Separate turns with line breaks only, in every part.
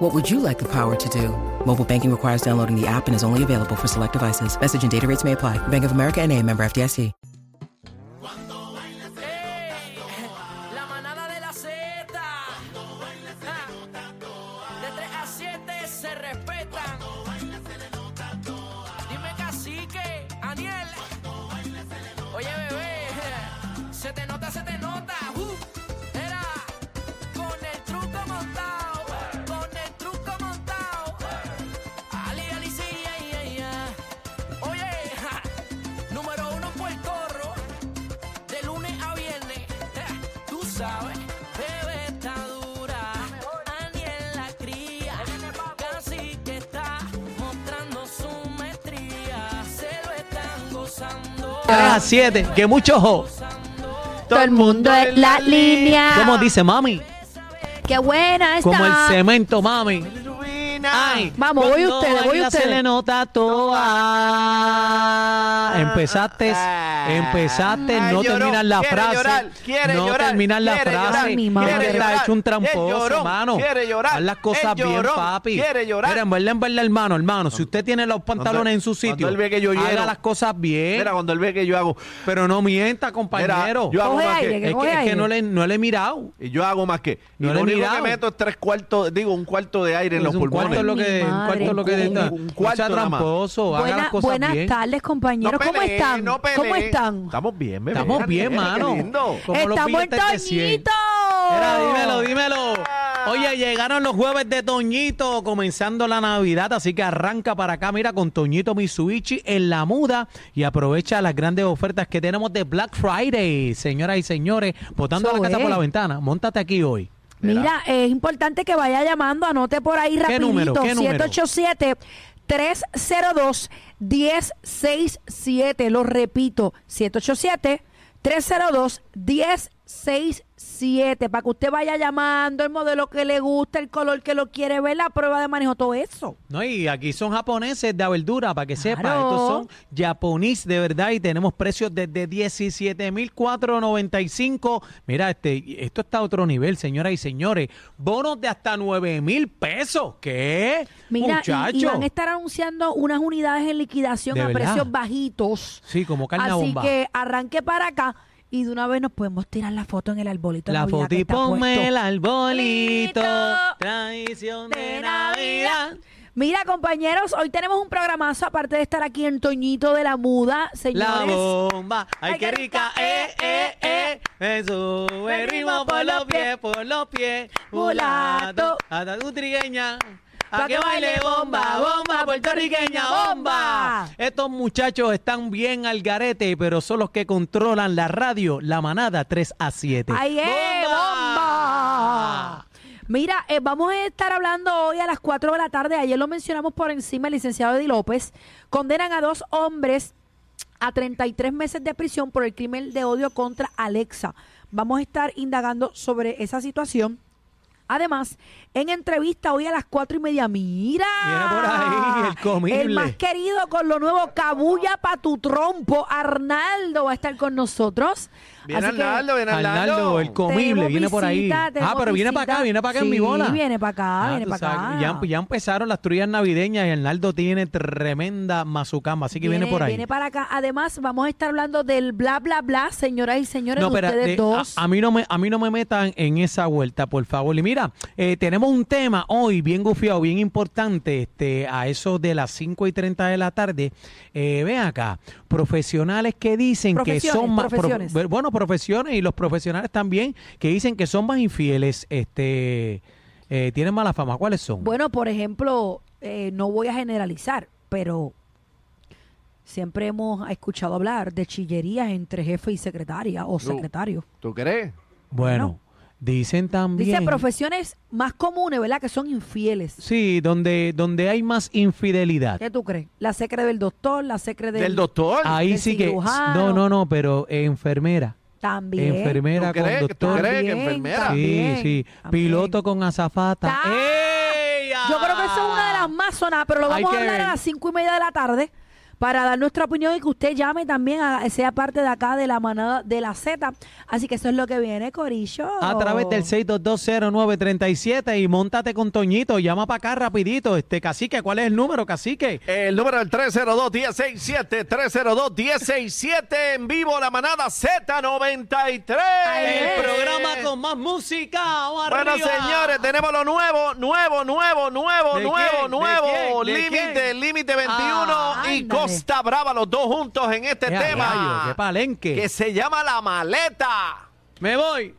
What would you like the power to do? Mobile banking requires downloading the app and is only available for select devices. Message and data rates may apply. Bank of America and a member FDIC.
La manada de la Z. Ah. De 3 a 7 se respetan. Dime cacique, Aniel. Oye, bebé. Se te nota, se te nota. Uh. Era con el truco montado. Con el truco montado. Ali, Ali, sí, ay, ay, ay. Oye, ja. número uno en Puerto Rico. De lunes a viernes, eh, tú sabes, bebé está dura. Aniel la cría, casi que está mostrando su maestría. Se lo están gozando.
3
Ah.
a 7, que mucho ojo.
Todo el mundo en la línea.
Como dice mami,
Qué buena está.
como el cemento, mami. Ay,
Vamos, voy
cuando
ustedes, voy
baila Se
ustedes.
le nota toa. Empezaste, empezaste,
Ah. Ay,
no
lloró,
terminas la
quiere
frase.
llorar, quiere
no
llorar,
terminas la
quiere
frase.
llorar,
Ay,
mi madre.
Te
quiere
has hecho un
llorar, es
tramposo,
llorón,
hermano.
quiere llorar,
Haz las cosas
es
bien,
llorón,
papi.
quiere llorar.
Mira, en verdad, en verdad, hermano, hermano, si usted tiene los pantalones en su
cuando
sitio,
él ve que yo
haga
lleno.
las cosas bien.
Mira, cuando él ve que yo hago,
Pero no mienta,
mira,
compañero.
yo hago
Coge
más
aire,
que,
es
coge
que, es que
aire.
no, le, no le he mirado.
y yo hago más que, y
No le
lo
he
único
mirado.
que meto es tres cuartos, digo, un cuarto de aire en
Es
los
un cuarto
pulmones.
es lo
Ay,
que,
mi
un cuarto es lo que
madre.
está.
Un
No sea
cuarto nada más.
tramposo, haga las
Buena-
cosas
buenas
bien.
tardes,
No
compañeros. ¿Cómo
peleen,
están?
no
¿Cómo
peleen.
están?
Estamos bien, bebé.
Estamos bien,
Mira, qué
mano.
lindo.
Como los
Estamos en
billetes de 100.
Toñito.
Mira, dímelo, dímelo. Oye, llegaron los jueves de Toñito, comenzando la Navidad, así que arranca para acá, mira, con Toñito Mitsubishi en la muda y aprovecha las grandes ofertas que tenemos de Black Friday, señoras y señores, botando
Eso
la casa
es.
por la ventana. Móntate aquí hoy.
Mira, es importante que vaya llamando, anote por ahí rapidito.
número? ¿Qué número?
787 302 1067. Lo repito, 787 302 1067 para que usted vaya llamando el modelo que le gusta, el color que lo quiere ver, la prueba de manejo, todo eso.
No, y aquí son japoneses de verdura, para que sepa.
Claro.
Estos son japonís de verdad y tenemos precios desde 17.495. Mira, este, esto está a otro nivel, señoras y señores. Bonos de hasta 9.000 pesos. ¿Qué?
Mira, y-
Muchacho.
y, van a estar anunciando unas unidades en liquidación
¿De
a
verdad?
precios bajitos.
Sí, como carne a
Así
bomba.
que arranque para acá y de una vez nos podemos tirar la foto en el arbolito. de
La
Navidad
foto
que
y
está puesto.
ponme el arbolito.
Arbolito
Tradición
de
de Navidad.
Mira, compañeros, hoy tenemos un programazo, aparte de estar aquí en Toñito de la Muda,
La
señores.
bomba, ay qué rica, eh, eh, eh. Me sube el ritmo por los pies, por los pies. Mulato, hasta trigueña. A que baile bomba, bomba, puertorriqueña, bomba. Estos muchachos están bien al garete, pero son los que controlan la radio, la manada 3 a 7.
¡Ay, eh,
Ah,
bomba! Mira, eh, vamos a estar hablando hoy a las 4 de la tarde. Ayer lo mencionamos por encima, el licenciado Eddie López. Condenan a dos hombres a 33 meses de prisión por el crimen de odio contra Alexa. Vamos a estar indagando sobre esa situación. Además, en entrevista hoy a las cuatro y media, mira.
Viene por ahí el comible.
El más querido con lo nuevo, cabulla pa' tu trompo, Arnaldo va a estar con nosotros.
Viene
Así que-
Arnaldo, viene
Arnaldo,
Arnaldo.
el comible,
Tenemos
viene por ahí.
visita,
Ah, pero
tenemos
viene para acá,
visita.
viene para acá en mi
Sí,
bola.
viene para acá,
Ah,
viene
tú
para
sabes,
acá.
Ya, ya empezaron las trullas navideñas y Arnaldo tiene tremenda mazucamba, así que viene, por ahí.
Viene para acá. Además, vamos a estar hablando del bla, bla, bla, señoras y señores,
No,
de
pero
ustedes
de-
dos.
A, a mí no me, a mí no me metan en esa vuelta, por favor. Y mira, eh, tenemos un tema hoy bien gufiado, bien importante, este, a eso de las 5 y 30 de la tarde. Eh, ven acá, profesionales que dicen que
Profesiones,
son más... prof-
profesiones.
bueno, profesiones y los profesionales también que dicen que son más infieles, este, eh, tienen mala fama. ¿Cuáles son?
Bueno, por ejemplo, eh, no voy a generalizar, pero siempre hemos escuchado hablar de chillerías entre jefe y secretaria o secretario.
¿Tú crees?
Bueno,
No.
Dicen también.
Dice profesiones más comunes, ¿verdad? Que son infieles.
Sí, donde, donde hay más infidelidad.
¿Qué tú crees? La secre del doctor, la secre del,
Del doctor.
Ahí
del
sí que.
cirujano.
No, no, no, pero enfermera.
También.
Enfermera
¿Tú
con
crees que- tú
doctor.
crees? que
También,
enfermera?
también,
sí, sí.
también.
Piloto con azafata.
Ta-
ah.
¡Ella!
Yo creo que esa es una de las más sonadas, pero lo
Hay
vamos a
que
hablar
ver.
a las cinco y media de la tarde para dar nuestra opinión y que usted llame también, a, sea parte de acá de la manada de la Z. Así que eso es lo que viene, Corillo.
A través del 6220937 y montate con Toñito. Llama para acá rapidito. Este cacique, ¿cuál es el número, cacique?
El número del 302-1067, 302-1067, en vivo la manada Z93.
Ahí
El
Eh.
programa con más música. Vamos
Bueno,
arriba.
señores, tenemos lo nuevo, nuevo, nuevo, nuevo,
¿De
nuevo,
quién? ¿De
nuevo.
quién? ¿De
Límite,
quién?
límite 21
Ah,
y
ándale.
Costa Brava, los dos juntos en este
¡Qué
tema
rayo, qué palenque!
que se llama La Maleta.
¡Me voy!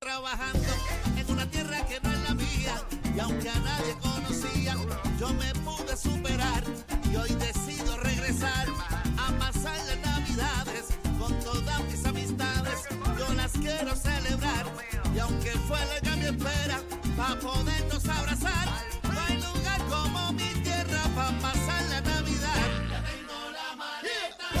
trabajando en una tierra que no es la mía y aunque a nadie conocía yo me pude superar y hoy decido regresar a pasar las navidades con todas mis amistades yo las quiero celebrar y aunque fue larga mi espera para poder